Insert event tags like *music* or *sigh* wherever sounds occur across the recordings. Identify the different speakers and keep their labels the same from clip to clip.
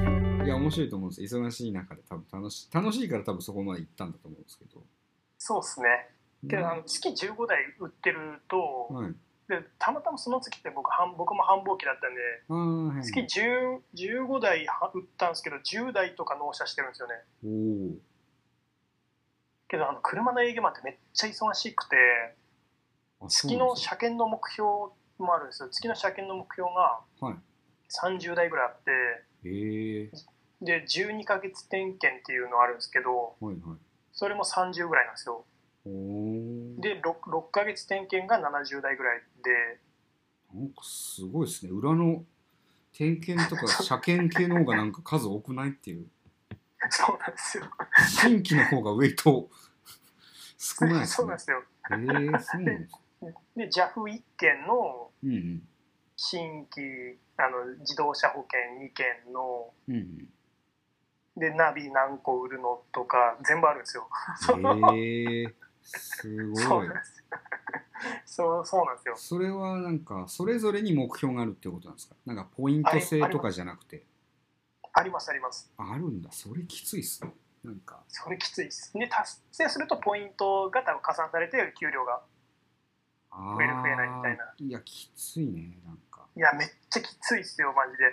Speaker 1: 面白いと思うんですよ忙しい中で多分楽しい楽しいから多分そこまで行ったんだと思うんですけど、
Speaker 2: そうですね。けどあの月15台売ってると、
Speaker 1: はい
Speaker 2: でたまたまその月って僕繁僕も繁忙期だったんで
Speaker 1: あーはい
Speaker 2: 月10 15台は売ったんですけど10台とか納車してるんですよね
Speaker 1: おお
Speaker 2: けどあの車の営業マンってめっちゃ忙しくて
Speaker 1: あそう
Speaker 2: 月
Speaker 1: なん
Speaker 2: の
Speaker 1: ですね
Speaker 2: 車検の目標もあるんですよ月の車検の目標が
Speaker 1: はい
Speaker 2: 30台ぐらいあって
Speaker 1: へえ
Speaker 2: で12ヶ月点検っていうのあるんですけど
Speaker 1: はいはい
Speaker 2: それも30ぐらいなんですよ
Speaker 1: おお
Speaker 2: で 6, 6ヶ月点検が70台ぐらいで *laughs*
Speaker 1: なんかすごいですね裏の点検
Speaker 2: *laughs*
Speaker 1: とか車検系の方がなんか数多くないっていう
Speaker 2: そうなんですよ
Speaker 1: 新規の方がウェイト *laughs* 少ないです
Speaker 2: そうな
Speaker 1: ね
Speaker 2: んですよ
Speaker 1: へえそうなんです
Speaker 2: で JAF1 件の
Speaker 1: うんうん
Speaker 2: 新規あの自動車保険2件の *laughs*
Speaker 1: うん
Speaker 2: でナビ何個売るのとか全部あるんですよ。
Speaker 1: うん、ええす
Speaker 2: そ
Speaker 1: ご
Speaker 2: う
Speaker 1: い
Speaker 2: なんですよ。 *laughs* そうそうなんですよ。
Speaker 1: それはなんかそれぞれに目標があるってことなんですかなんかポイント制とかじゃなくて
Speaker 2: ありますあります。
Speaker 1: あるんだそれきついっすねなんか
Speaker 2: それきついです。ね達成するとポイントが多分加算されて給料が
Speaker 1: あー
Speaker 2: 増える増えないみたいない
Speaker 1: やきついねなんか
Speaker 2: いやめっちゃきついですよマジで。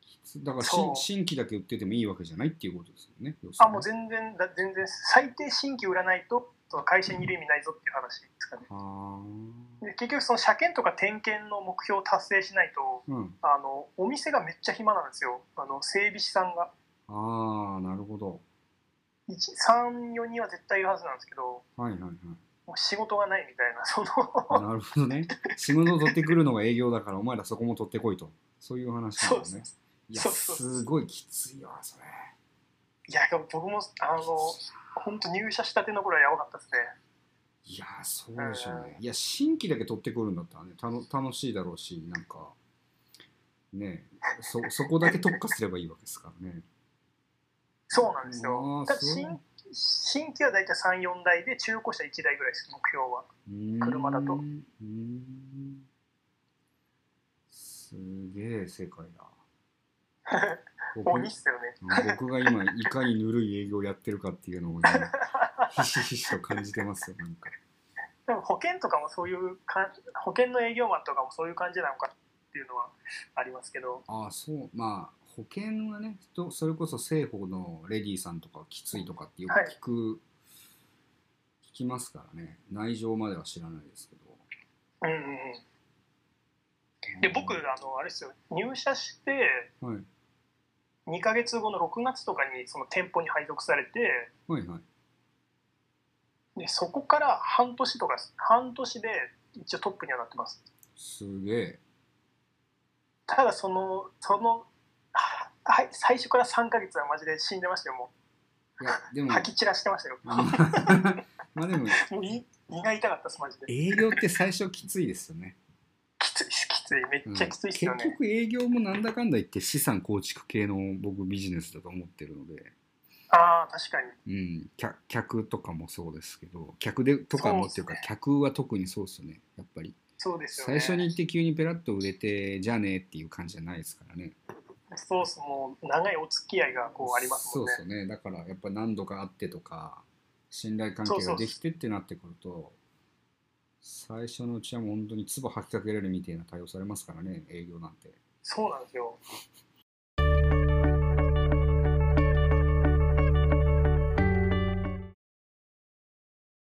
Speaker 1: きつだからし
Speaker 2: そう
Speaker 1: 新規だけ売っててもいいわけじゃないっていうことですよね要する
Speaker 2: あ
Speaker 1: に
Speaker 2: もう全然だ全然最低新規売らないとその会社にいる意味ないぞっていう話ですかね。
Speaker 1: あ
Speaker 2: で結局その車検とか点検の目標を達成しないと
Speaker 1: ーうん
Speaker 2: あのお店がめっちゃ暇なんですよ。あの整備士さんが。
Speaker 1: ああなるほど
Speaker 2: 34人は絶対いるはずなんですけど
Speaker 1: はいはいはい
Speaker 2: もう仕事がないみたいなその
Speaker 1: なるほどね
Speaker 2: *laughs*
Speaker 1: 仕事取ってくるのが営業だからお前らそこも取ってこいとそういう話な
Speaker 2: そ
Speaker 1: ん
Speaker 2: う
Speaker 1: で
Speaker 2: ですす
Speaker 1: ね
Speaker 2: ね
Speaker 1: いや
Speaker 2: そうそうそう
Speaker 1: すごいきついわそれ
Speaker 2: いやでも僕もあの本当入社したての頃はやばかったですね
Speaker 1: いやーそうでしょうね。いや新規だけ取ってくるんだったらねたの楽しいだろうしなんかねえそそこだけ特化すればいいわけですからね。
Speaker 2: そうなんです
Speaker 1: うわ
Speaker 2: よ
Speaker 1: ー
Speaker 2: ただ
Speaker 1: そう
Speaker 2: 新新規は大体34台で中古車1台ぐらいです目標は
Speaker 1: うーん
Speaker 2: 車だと
Speaker 1: うーんすげえ世界だ。僕
Speaker 2: *laughs* 鬼っすよね
Speaker 1: 僕が今いかにぬるい営業をやってるかっていうのを今ひしひしと感じてますよなんか。
Speaker 2: でも保険とかもそういうか保険の営業マンとかもそういう感じなのかっていうのはありますけど
Speaker 1: ああそうまあ保険はねとそれこそ生保のレディーさんとかきついとかってよく聞く、聞きますからね内情までは知らないですけど
Speaker 2: うんうんうんで僕あのあれですよ入社して
Speaker 1: はい
Speaker 2: 2ヶ月後の6月とかにその店舗に配属されて
Speaker 1: はいはい
Speaker 2: でそこから半年とかです半年で一応トップにはなってます
Speaker 1: すげえ
Speaker 2: ただそのそのははい最初から3ヶ月はマジで死んでましたよも
Speaker 1: いやで
Speaker 2: う
Speaker 1: も
Speaker 2: 吐き散らしてましたよ、
Speaker 1: *laughs*
Speaker 2: *laughs*
Speaker 1: あのまあでも
Speaker 2: もう胃胃が痛かったですマジで
Speaker 1: 営業って最初きついですよね、
Speaker 2: きついですきついめ
Speaker 1: う
Speaker 2: っ
Speaker 1: ん
Speaker 2: ちゃきついっすよね
Speaker 1: 結、局営業もなんだかんだ言って資産構築系の僕ビジネスだと思ってるので
Speaker 2: ああ確かに
Speaker 1: うん、客客とかもそうですけど客でとかもっていうか
Speaker 2: そうっ
Speaker 1: 客は特にそうですよねやっぱり
Speaker 2: そうですよ
Speaker 1: 最
Speaker 2: ね
Speaker 1: 初に行って急にペラッと売れてじゃあねっていう感じじゃないですからね
Speaker 2: そうっすもう長いお付き合いがこうありますもんね
Speaker 1: そうそうねだからやっぱ何度か会ってとか信頼関係ができてってなってくると最初のうちはもう本当に唾吐きかけられるみたいな対応されますからね営業なんて
Speaker 2: そうなんですよ